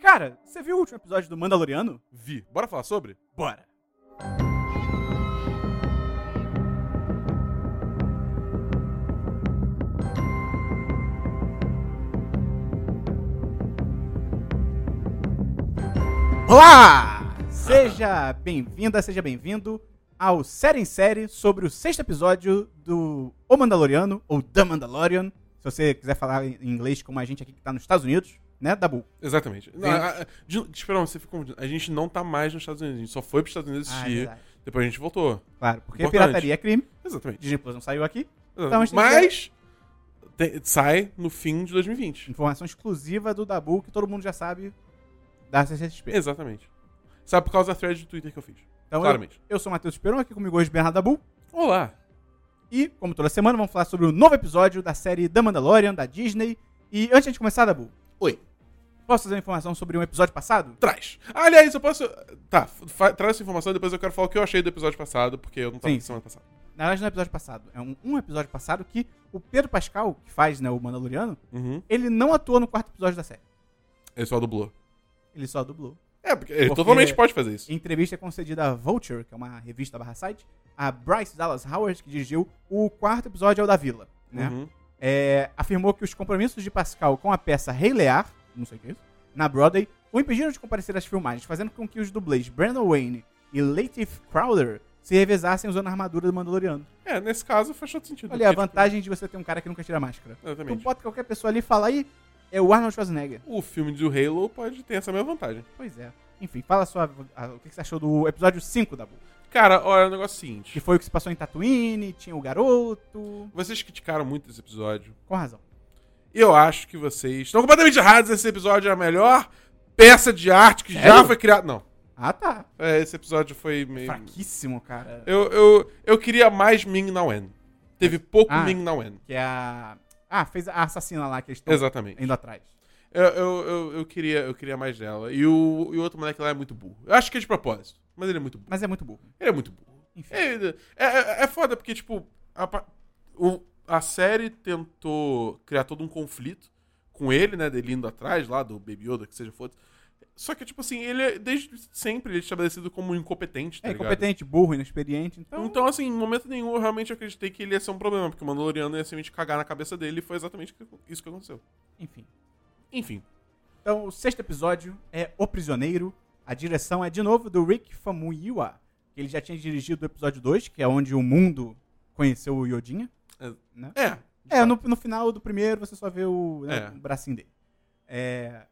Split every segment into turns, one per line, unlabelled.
Cara, você viu o último episódio do Mandaloriano?
Vi. Bora falar sobre?
Bora! Olá! Seja bem-vinda, seja bem-vindo ao Série em Série sobre o sexto episódio do O Mandaloriano, ou The Mandalorian, se você quiser falar em inglês como a gente aqui que tá nos Estados Unidos, né, Dabu?
Exatamente.
Tem-
Ah, ah, de- espera, você ficou confundindo. A gente não tá mais nos Estados Unidos. A gente só foi pros Estados Unidos
Ah,
assistir. depois a gente voltou.
Claro, porque
Importante.
pirataria é crime,
Exatamente.
Disney Plus não saiu aqui, Então, a gente
Exatamente.
tem que-
Mas tem- sai no fim de 2020.
Informação exclusiva do Dabu que todo mundo já sabe da CCXP.
Exatamente. Sai por causa da thread do Twitter que eu fiz.
Então, eu,
Claramente.
eu sou o Matheus Peron, aqui comigo hoje Bernardo Dabu.
Olá.
E, como toda semana, vamos falar sobre o novo episódio da série The Mandalorian, da Disney. E antes de começar, Dabu,
Oi.
posso fazer uma informação sobre um episódio passado?
Traz. Aliás, eu posso. Tá, fa- traz essa informação e depois eu quero falar o que eu achei do episódio passado, porque eu não tava
Sim.
aqui semana passada.
Na verdade, não é episódio passado. É um, um episódio passado que o Pedro Pascal, que faz né, o Mandaloriano,
Uhum.
ele não atua no quarto episódio da série.
Ele só dublou.
Ele só dublou.
É, porque ele
Porque-
totalmente pode fazer isso.
Em entrevista concedida à Vulture, que é uma revista barra site, a Bryce Dallas Howard, que dirigiu o quarto episódio é o da Vila, né?
Uhum.
É, afirmou que os compromissos de Pascal com a peça Rei Lear, não sei o que é isso, na Broadway, o impediram de comparecer às filmagens, fazendo com que os dublês Brandon Wayne e Latif Crowder se revezassem usando a armadura do Mandaloriano.
É, nesse caso faz todo sentido.
Olha, a
porque, tipo,
vantagem de você ter um cara que nunca tira máscara. Tu
Exatamente.
bota qualquer pessoa ali e fala aí, é o Arnold Schwarzenegger.
O filme do Halo pode ter essa mesma vantagem.
Pois é. Enfim, fala só a- o que você achou do episódio 5 da Bu.
Cara, olha, o negócio é o
Que
seguinte.
foi o que se passou em Tatooine, tinha o garoto.
Vocês criticaram muito esse episódio.
Com razão.
E eu acho que vocês estão completamente errados. Esse episódio é a melhor peça de arte que já
Sério?
foi criada. Não.
Ah, tá.
É, esse episódio foi meio.
Fraquíssimo, cara.
Eu, eu, eu queria mais Ming Na Wen. Teve pouco
Ah.
Ming Na Wen.
Que é a. Ah, fez a assassina lá que eles estão
Exatamente.
indo atrás.
Eu, eu, eu, eu queria, eu queria mais dela. E o, e o outro moleque lá é muito burro. Eu acho que é de propósito. Mas ele é muito burro.
Mas é muito burro.
Ele é muito burro.
Enfim.
Ele- é, é, é foda porque, tipo, a, pa- o- a série tentou criar todo um conflito com ele, né? Dele indo atrás lá do Baby Yoda, que seja foda. Só que, tipo assim, ele é, desde sempre ele é estabelecido como incompetente, tá
é
ligado?
incompetente, burro, inexperiente, então.
Então, assim, em momento nenhum eu realmente acreditei que ele ia ser um problema, porque o Mandaloriano ia simplesmente cagar na cabeça dele e foi exatamente isso que aconteceu.
Enfim.
Enfim.
Então, o sexto episódio é O Prisioneiro. A direção é, de novo, do Rick Famuyiwa. que Ele já tinha dirigido o episódio 2, que é onde o mundo conheceu o Yodinha.
É.
É, no, no final do primeiro você só vê o, né,
É.
o bracinho dele. É...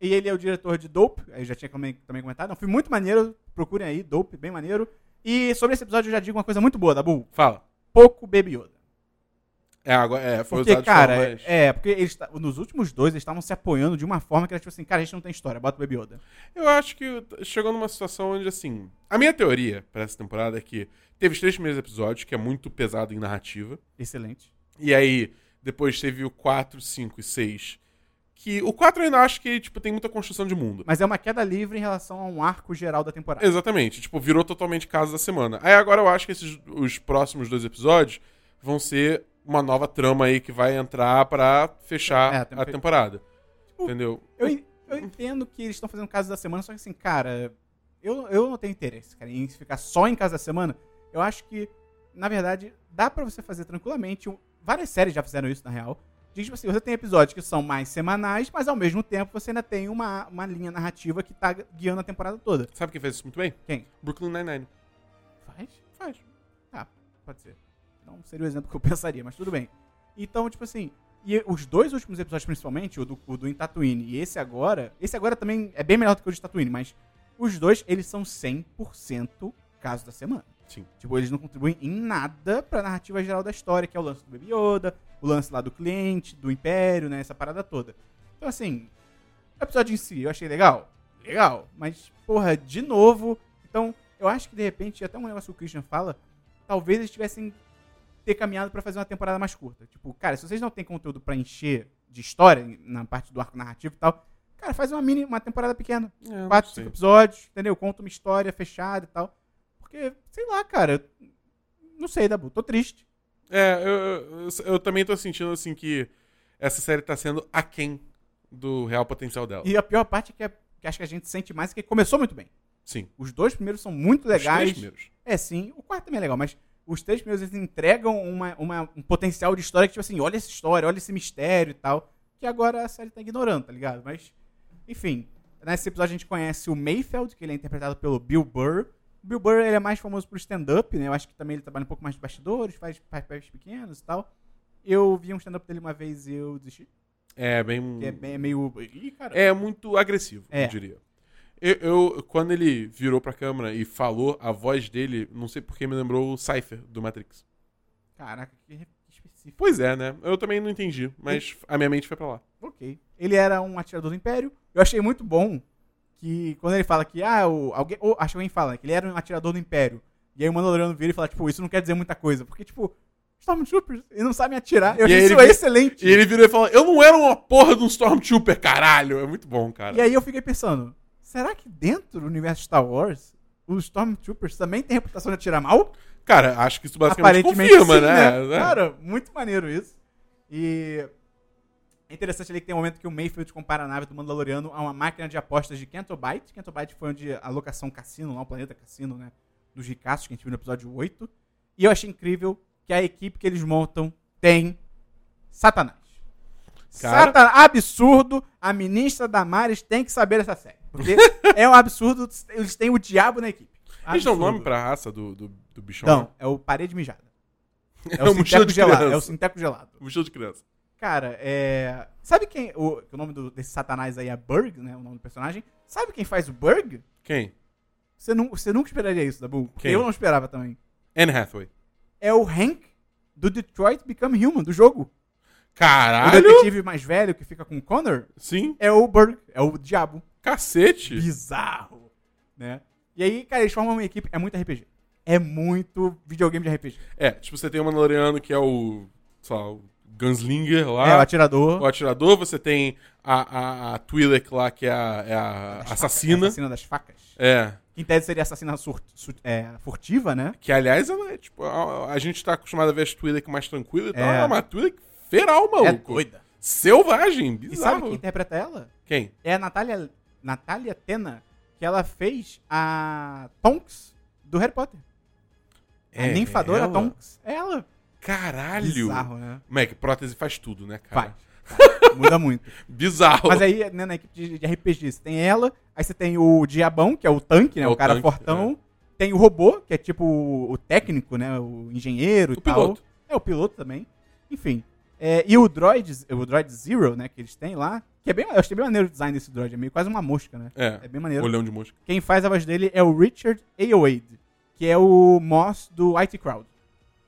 E ele é o diretor de Dope, eu já tinha também, também comentado. É um filme muito maneiro, procurem aí, Dope, bem maneiro. E sobre esse episódio eu já digo uma coisa muito boa, Dabu.
Fala.
Pouco Baby Yoda.
É, agora, é, foi
Porque,
usado de forma
cara,
mais-
é, porque eles, ta- nos últimos dois eles estavam se apoiando de uma forma que era tipo assim, cara, a gente não tem história, bota o Baby Yoda.
Eu acho que t- chegou numa situação onde, assim. A minha teoria pra essa temporada é que teve os três primeiros episódios, que é muito pesado em narrativa.
Excelente.
E aí, depois teve o 4, 5 e 6. Que o 4 eu ainda acho que, tipo, tem muita construção de mundo.
Mas é uma queda livre em relação a um arco geral da temporada.
Exatamente. Tipo, virou totalmente casa da semana. Aí agora eu acho que esses, os próximos dois episódios vão ser uma nova trama aí que vai entrar pra fechar
É, a tempo-
a temporada.
Tipo,
Entendeu?
Eu, en- eu entendo que eles estão fazendo Casa da Semana, só que assim, cara, eu, eu não tenho interesse, cara, em ficar só em Casa da Semana. Eu acho que, na verdade, dá pra você fazer tranquilamente. um- Várias séries já fizeram isso, na real. De, tipo assim, você tem episódios que são mais semanais, mas ao mesmo tempo você ainda tem uma, uma linha narrativa que tá guiando a temporada toda.
Sabe quem fez isso muito bem?
Quem?
Brooklyn Nine-Nine.
Faz? Ah,
Faz.
Pode ser. Não seria o exemplo que eu pensaria, mas tudo bem. Então, tipo assim, e os dois últimos episódios, principalmente, o do, o do em Tatooine e esse agora, esse agora também é bem melhor do que o de Tatooine, mas os dois, eles são 100% caso da semana.
Sim.
Tipo, eles não contribuem em nada pra narrativa geral da história, que é o lance do Baby Yoda, o lance lá do cliente, do Império, né, essa parada toda. Então, assim, o episódio em si eu achei legal, legal, mas, porra, de novo, então, eu acho que, de repente, até um negócio que o Christian fala, talvez eles tivessem ter caminhado pra fazer uma temporada mais curta. Tipo, cara, se vocês não têm conteúdo pra encher de história na parte do arco narrativo e tal, cara, faz uma mini, uma temporada pequena,
É, não
quatro,
sei.
cinco episódios, entendeu? Conta uma história fechada e tal. Porque, sei lá, cara, eu- não sei, Dabu, tô triste.
É, eu, eu, eu também tô sentindo assim que essa série tá sendo aquém do real potencial dela.
E a pior parte que, é, que acho que a gente sente mais é que começou muito bem.
Sim.
Os dois primeiros são muito
Os três
legais.
primeiros.
É, sim. O quarto também é legal, mas os três primeiros eles entregam uma, uma- um potencial de história que, tipo assim, olha essa história, olha esse mistério e tal. Que agora a série tá ignorando, tá ligado? Mas, enfim. Nesse episódio a gente conhece o Mayfeld, que ele é interpretado pelo Bill Burr. O Bill Burr ele é mais famoso por stand-up, né? Eu acho que também ele trabalha um pouco mais de bastidores, faz papéis pequenos e tal. Eu vi um stand-up dele uma vez e eu desisti.
É bem.
Que é, bem- é meio. Ih, cara.
É muito agressivo,
É.
eu diria. Eu, eu- quando ele virou pra câmera e falou, a voz dele, não sei por que me lembrou o Cypher do Matrix.
Caraca, que específico.
Pois é, né? Eu também não entendi, mas a minha mente foi pra lá.
Ok. Ele era um atirador do Império. Eu achei muito bom que quando ele fala que, ah, o, alguém, ou, acho que alguém fala que ele era um atirador do Império. E aí o Mandaloriano vira e fala, tipo, isso não quer dizer muita coisa. Porque, tipo, Stormtroopers, eles não sabem atirar. Eu
E
achei
aí
isso
ele vira-
excelente.
E ele virou e falou: Eu não era uma porra de um Stormtrooper, caralho! É muito bom, cara.
E aí eu fiquei pensando, será que dentro do universo Star Wars, os Stormtroopers também têm reputação de atirar mal?
Cara, acho que isso basicamente
Aparentemente
confirma,
sim,
né? É.
Cara, muito maneiro isso. E é interessante ali que tem um momento que o Mayfield compara a nave do Mandaloriano a uma máquina de apostas de Cantobite. Cantobite foi onde a locação cassino, lá o planeta cassino, né? Dos ricaços que a gente viu no episódio 8. E eu achei incrível que a equipe que eles montam tem Satanás.
Cara-
Satanás, absurdo. A ministra Damares tem que saber essa série. Porque é um absurdo. Eles têm o diabo na equipe.
Eles dão
Absurdo.
nome pra raça do, do, do bichão? né?
Não, é o parede mijada. É o
um mochila
sinteco
de
gelado.
criança.
É o sinteco gelado.
Mochila de criança.
Cara, é. Sabe quem. O, que o nome do- desse satanás aí é Berg, né? O nome do personagem. Sabe quem faz o Berg?
Quem?
Você, nu, você nunca esperaria isso, Dabu.
Quem?
Eu não esperava também.
Anne Hathaway.
É o Hank do Detroit Become Human, do jogo. O
Caralho!
detetive mais velho que fica com o Connor
Sim,
é o Berg, é o diabo.
cacete.
Bizarro. Né? E aí, cara, eles formam uma equipe. É muito RPG. É muito videogame de RPG.
É, tipo, você tem o Mandaloriano que é o. sei lá, o Gunslinger lá.
é o
o
atirador.
atirador, você tem a, a, a Twi'lek lá, que é a, é a assassina.
Assassina das facas.
É.
Que em tese seria assassina sur- su- é, furtiva, né?
Que, aliás, ela é, tipo, a, a gente tá acostumado a ver as Twi'lek mais tranquila e tal.
É.
É uma Twi'lek feral, maluco.
É doida.
Selvagem,
E sabe
bizarro.
quem interpreta ela?
Quem?
É a Natália, Natália Tena, que ela fez a Tonks do Harry Potter. a ninfadora
É ela?
Tonks. É ela.
Caralho.
Bizarro, né?
Mac, prótese faz tudo, né, cara?
Vai. Vai. Muda muito.
Bizarro.
Mas aí, né, na equipe de, de RPG, você tem ela, aí você tem o Diabão, que é o tanque, né?
É
o,
o
cara
tanque,
fortão. Tem o robô, que é tipo o o técnico, né? O engenheiro e
O
tal.
piloto.
É, o piloto também. Enfim. É, e o droid, o droid Zero, né, que eles têm lá, que é bem, eu achei bem maneiro o design desse droid, é meio quase uma mosca, né? É
É,
bem maneiro.
olhão de mosca.
Quem faz a voz dele é o Richard Ayoade, que é o Moss do IT Crowd.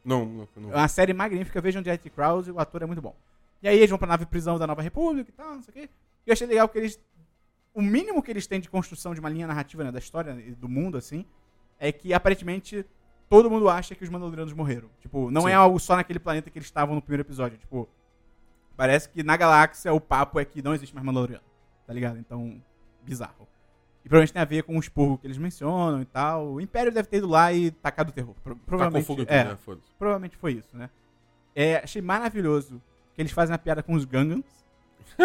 Não, não, não. Tá
É uma série magnífica, vejam de IT Crowd, o ator é muito bom. E aí eles vão pra nave prisão da Nova República e tal, não sei o quê. E eu achei legal que eles. O mínimo que eles têm de construção de uma linha narrativa né, da história e do mundo, assim, é que aparentemente todo mundo acha que os Mandalorianos morreram. Tipo, não é
Sim.
algo só naquele planeta que eles estavam no primeiro episódio. Tipo, parece que na galáxia o papo é que não existe mais Mandaloriano. Tá ligado? Então, bizarro. E provavelmente tem a ver com os purgos que eles mencionam e tal. O Império deve ter ido lá e tacado o terror. Pro-
Tacou
Provavelmente.
fogo em tudo,
é,
né? Foda-se.
provavelmente foi isso, né? É, achei maravilhoso que eles fazem a piada com os Gangans.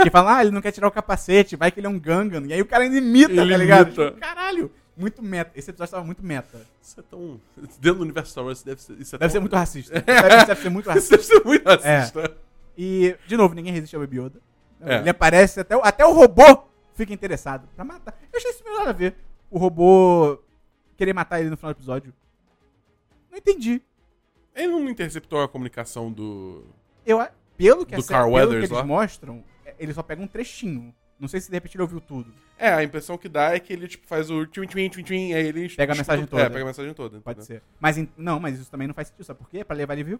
Que falam, ah, ele não quer tirar o capacete, vai que ele é um Gangan. E aí o cara ainda imita,
Ele
tá ligado?
imita.
Tipo, Caralho, muito meta. Esse episódio tava muito meta.
Isso é tão... Dentro do universo Star Wars, isso deve ser... Isso é
Deve
tão...
ser muito racista. Deve, deve ser muito
Isso
racista.
deve ser muito racista.
E, de novo, ninguém resiste ao Baby Yoda.
É.
Ele aparece, até o, até o robô fica interessado pra matar. Eu achei isso meio nada a ver. O robô querer matar ele no final do episódio. Não entendi. É.
É, Ele não interceptou a comunicação do...
Eu, a- pelo que, a
Do
série-
Carl
pelo que
Weathers
eles
lá?
mostram, é, ele só pega um trechinho. Não sei se de repente ele ouviu tudo.
É, a impressão que dá é que ele, tipo, faz o twin, twin, twin, twin, aí ele...
Pega a mensagem toda.
É, pega a mensagem toda.
Pode
entendeu?
ser. Mas em- não, mas isso também não faz sentido. Sabe por quê? É pra levar ele vivo?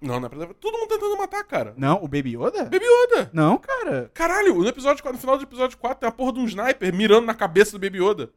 Não, não é pra levar... Todo mundo tentando matar, cara.
Não, o Baby Yoda?
Baby Yoda!
Não, cara.
Caralho, no, episódio, quatro- no final do episódio 4 tem a porra de um sniper mirando na cabeça do Baby Yoda.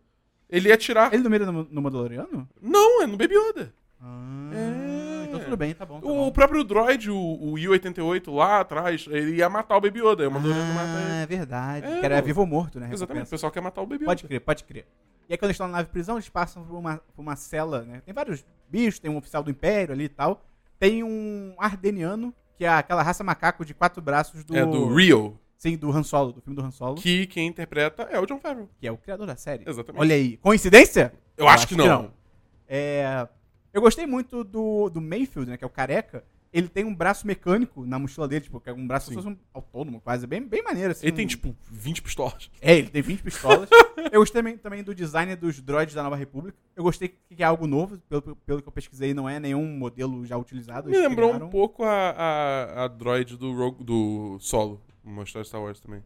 Ele ia atirar.
Ele não mira no, no Mandaloriano?
Não, é no Baby Yoda.
Ah,
É.
então tudo bem, tá bom. Tá
O,
bom.
próprio droid, o, o I-88 lá atrás, ele ia matar o Baby Yoda. Eu mandou ele matar
Ah,
ele.
é verdade.
É,
que era
mano.
vivo ou morto, né? a
Exatamente, o
recompensa.
pessoal quer matar o Baby
Pode
Yoda.
crer, pode crer. E aí quando eles estão na nave prisão, eles passam por uma, por uma cela, né? Tem vários bichos, tem um oficial do Império ali e tal. Tem um ardeniano, que que é aquela raça macaco de quatro braços do.
É do Rio,
Sim, do Han Solo, do filme do Han Solo, que,
que quem interpreta é o John Favreau.
é o criador da série.
Exatamente.
Olha aí. Coincidência?
eu acho, que não.
É, eu gostei muito do, do Mayfield, né? Que é o careca. Ele tem um braço mecânico na mochila dele, tipo, que é um braço
Sim.
como se fosse um autônomo, quase. Bem, bem maneiro, assim.
Ele tem,
um-
tipo, 20 pistolas.
É, ele tem 20 pistolas. eu gostei também, também do design dos droids da Nova República. Eu gostei que é algo novo, pelo, pelo que eu pesquisei, não é nenhum modelo já utilizado.
Me
eles
lembrou
criaram.
um pouco a, a, a droid do, Rogue, do Solo. Uma história de Star Wars também.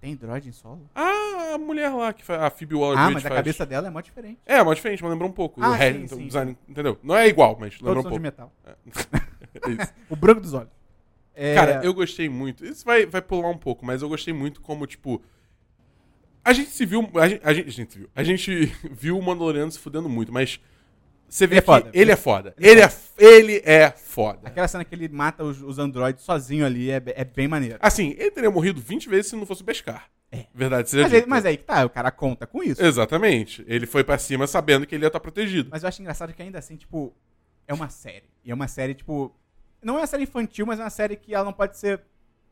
Tem droid em solo?
Ah, a mulher lá, que faz, a Phoebe
Ah,
Waller-Bridge
mas a
faz.
cabeça dela é mó diferente.
É, mas diferente, mas lembrou um pouco.
Ah,
o Red,
sim,
então,
sim.
design, entendeu? Não é igual, mas
Todos
lembrou um
são de
pouco.
metal.
É isso.
O branco dos olhos. É,
Cara, eu gostei muito. Isso vai, vai pular um pouco, mas eu gostei muito como, tipo. A gente se viu. A gente, a gente, a gente se viu. A gente viu o Mandaloriano se fudendo muito, mas. Você vê
Ele é
que
foda.
ele é foda. Ele é, ele é foda.
Aquela cena que ele mata os, os androides sozinho ali é, be- é bem maneiro.
Assim, ele teria morrido 20 vezes se não fosse o Beskar.
É.
Verdade seja
Mas, aí-
dita.
mas aí que tá, o cara conta com isso.
Exatamente. Ele foi pra cima sabendo que ele ia estar protegido.
Mas eu acho engraçado que ainda assim, tipo, é uma série. E é uma série, tipo. Não é uma série infantil, mas é uma série que ela não pode ser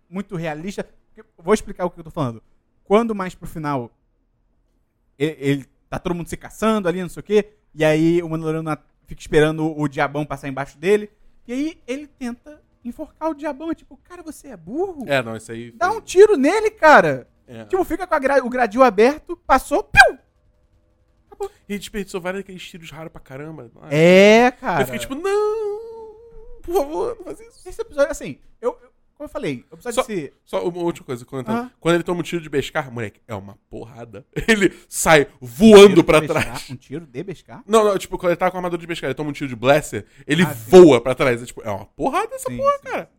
muito realista. Porque- Vou explicar o que eu tô falando. Quando mais pro final. Ele, ele- tá todo mundo se caçando ali, não sei o quê. E aí o Mandaloriano na- fica esperando o diabão passar embaixo dele. E aí ele tenta enforcar o diabão. É tipo, cara, você é burro?
É, não, isso aí.
Dá um tiro nele, cara!
É.
Tipo, fica com a gra- o gradil aberto, passou, piu!
Ele desperdiçou vários daqueles tiros raros pra caramba. Ah,
É, cara.
Eu fiquei tipo, não! Por favor, não faz isso.
Esse episódio, assim, eu, eu- como eu falei, o episódio
Só-
se.
Só uma última coisa, quando,
Ah.
quando ele toma um tiro de Beskar, moleque, é uma porrada. Ele sai voando pra trás.
Um tiro de bescar?
Não, não, tipo, quando ele tá com a armadura de Beskar, ele toma um tiro de Blaster, ele
Ah, sim.
voa pra trás. É tipo, é uma porrada essa
Sim,
porra,
sim,
cara.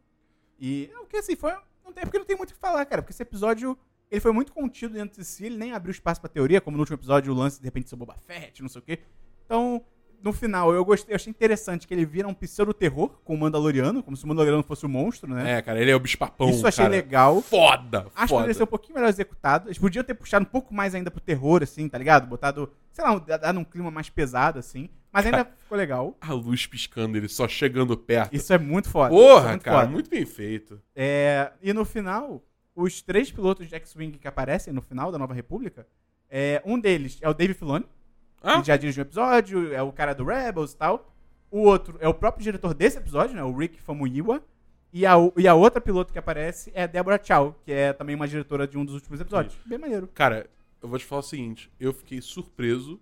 E não, porque assim, foi. Não tem, porque não tem muito o que falar, cara. Porque esse episódio ele foi muito contido dentro de si, ele nem abriu espaço pra teoria, como no último episódio, o lance de repente seu Boba Fett, não sei o quê. Então, no final, eu gostei, eu achei interessante que ele vira um pseudo-terror com o Mandaloriano, como se o Mandaloriano fosse o monstro, né?
É, cara, ele é o bispapão.
Isso eu achei
cara.
legal.
Foda,
Acho que
foda.
poderia ser um pouquinho melhor executado. Eles podiam ter puxado um pouco mais ainda pro terror, assim, tá ligado? Botado, sei lá, um- dado um clima mais pesado, assim. Mas ainda ficou legal.
A luz piscando, ele só chegando perto.
Isso é muito foda. Isso é
Porra,
muito
cara,
foda.
muito bem feito.
É, e no final, os três pilotos de X-Wing que aparecem no final da Nova República, é, um deles é o Dave Filoni,
Ah,
que já dirige um episódio, é o cara do Rebels e tal. O outro é o próprio diretor desse episódio, né, o Rick Famuyiwa. E a, o- e a outra piloto que aparece é a Deborah Chow, que é também uma diretora de um dos últimos episódios. Bem maneiro.
cara, eu vou te falar o seguinte: eu fiquei surpreso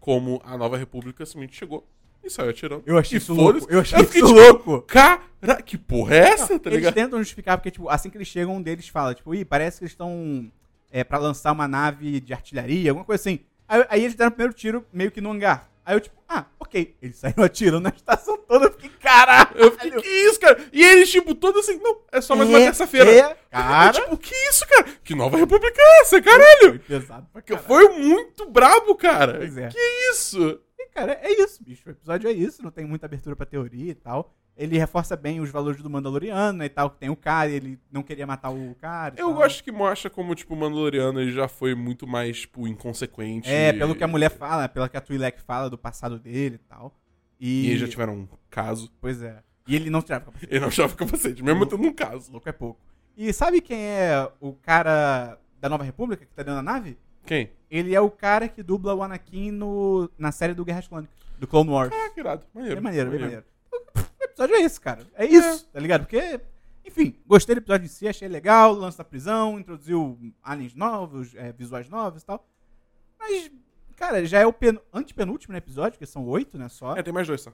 como a nova república simplesmente chegou e saiu atirando.
Eu achei
E
isso
foda-se.
louco. Eu achei
fiquei
isso
tipo,
louco.
Cara, que porra é essa, tá
eles
ligado?
tentam justificar, porque, tipo, assim que eles chegam, um deles fala, tipo, ih, parece que eles estão é, pra lançar uma nave de artilharia, alguma coisa assim. Aí, aí eles deram o primeiro tiro meio que no hangar. Aí eu, tipo, ah, ok. Eles saíram atirando na estação toda, eu fiquei, caralho!
Eu fiquei, que isso, cara? E eles, tipo, todo assim, não, é só mais uma
É,
terça-feira.
é,
Eu,
cara.
tipo, que isso, cara? Que nova república é essa, caralho?
Foi pesado pra
Que
caralho.
foi muito brabo, cara.
Pois é.
Que isso?
E, cara, é isso, bicho. O episódio é isso, não tem muita abertura pra teoria e tal. Ele reforça bem os valores do Mandaloriano né, e tal, que tem o cara, e ele não queria matar o cara. e
Eu
tal.
gosto que mostra como, tipo, o Mandaloriano ele já foi muito mais, tipo, inconsequente.
É, pelo que a mulher fala, pelo que a Twi'lek fala do passado dele e tal.
E
E,
eles já tiveram um caso.
Pois é. E ele não tirava capacete.
Ele não achava capacete, mesmo tendo um caso.
Louco é pouco. E sabe quem é o cara da Nova República que tá dentro da nave?
Quem?
Ele é o cara que dubla o Anakin no, na série do Guerras Clônicas, do Clone Wars.
Ah, que irado. Maneiro.
Bem É maneiro, bem maneiro. O episódio é esse, cara. É isso, tá ligado? Porque, enfim, gostei do episódio em si, achei legal, o lance da prisão, introduziu aliens novos, é, visuais novos e tal. Mas, cara, já é o pen... antepenúltimo né, episódio, que são oito, né, só.
É, tem mais dois só.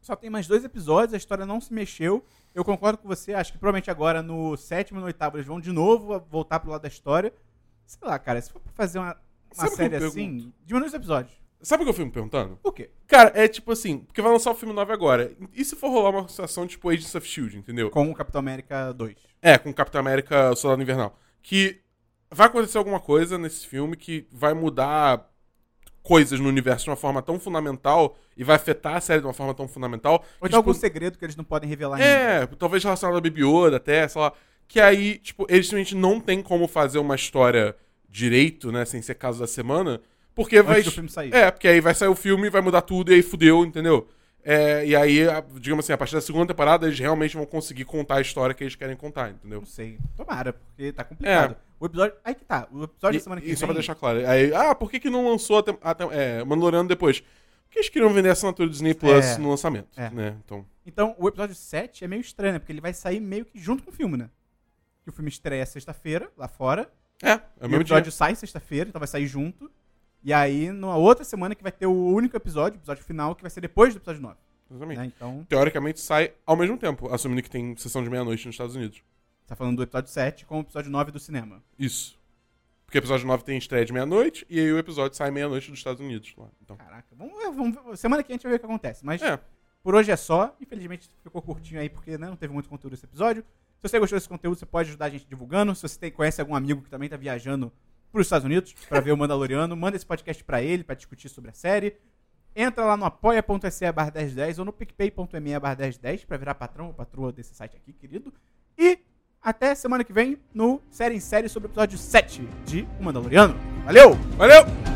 Só tem mais dois episódios, a história não se mexeu. Eu concordo com você, acho que provavelmente agora no sétimo e no oitavo eles vão de novo voltar pro lado da história. Sei lá, cara, se for pra fazer uma, uma
Sabe o que
série
eu
assim, diminui os episódios.
Sabe o que eu fui me perguntando?
Por quê?
Cara, é tipo assim, porque vai lançar o filme 9 agora. E se for rolar uma situação tipo Agents of Shield, entendeu?
Com o Capitão América 2.
É, com Capitão América Soldado Invernal. Que vai acontecer alguma coisa nesse filme que vai mudar coisas no universo de uma forma tão fundamental e vai afetar a série de uma forma tão fundamental.
Ou
que,
tem algum
tipo,
segredo que eles não podem revelar ainda.
É, talvez relacionado a Baby Yoda até, sei lá. Que aí, tipo, eles simplesmente não tem como fazer uma história direito, né, sem ser caso da semana, porque vai...
Antes do filme sair.
É, porque aí vai sair o filme, vai mudar tudo e aí fudeu, entendeu? É, e aí, a- digamos assim, a partir da segunda temporada, eles realmente vão conseguir contar a história que eles querem contar, entendeu?
Não sei. Tomara, porque tá complicado. O episódio. Aí que tá. O episódio
É. E,
da semana que
e
vem.
só pra deixar claro. Aí, ah, por que, que não lançou a, tem- a tem- é, Mandaloriano depois? Porque eles queriam vender a assinatura do Disney Plus
É.
no lançamento,
É.
né? Então,
Então, o episódio 7 é meio estranho, né? Porque ele vai sair meio que junto com o filme, né? Que o filme estreia sexta-feira, lá fora.
é, é o
e o
mesmo
episódio sai sexta-feira, então vai sair junto. E aí, numa outra semana que vai ter o único episódio, o episódio final, que vai ser depois do episódio 9.
dia. Exatamente.
Né? Então,
Teoricamente sai ao mesmo tempo, assumindo que tem sessão de meia-noite nos Estados Unidos.
tá falando do episódio 7 com o episódio 9 do cinema.
Isso. Porque o episódio 9 tem estreia de meia-noite, e aí o episódio sai meia-noite dos Estados Unidos. Lá. Então,
Caraca, vamos, ver- vamos ver- Semana que vem a gente vai ver o que acontece. Mas
é.
por hoje é só. Infelizmente ficou curtinho aí porque né, não teve muito conteúdo nesse episódio. Se você gostou desse conteúdo, você pode ajudar a gente divulgando. Se você tem- conhece algum amigo que também tá viajando para os Estados Unidos para ver o Mandaloriano, manda esse podcast para ele para discutir sobre a série. Entra lá no apoia.se barra 1010 ou no picpay.me barra 1010 para virar patrão ou patroa desse site aqui, querido. E até semana que vem no Série em Série sobre o episódio 7 de O Mandaloriano. Valeu!
Valeu!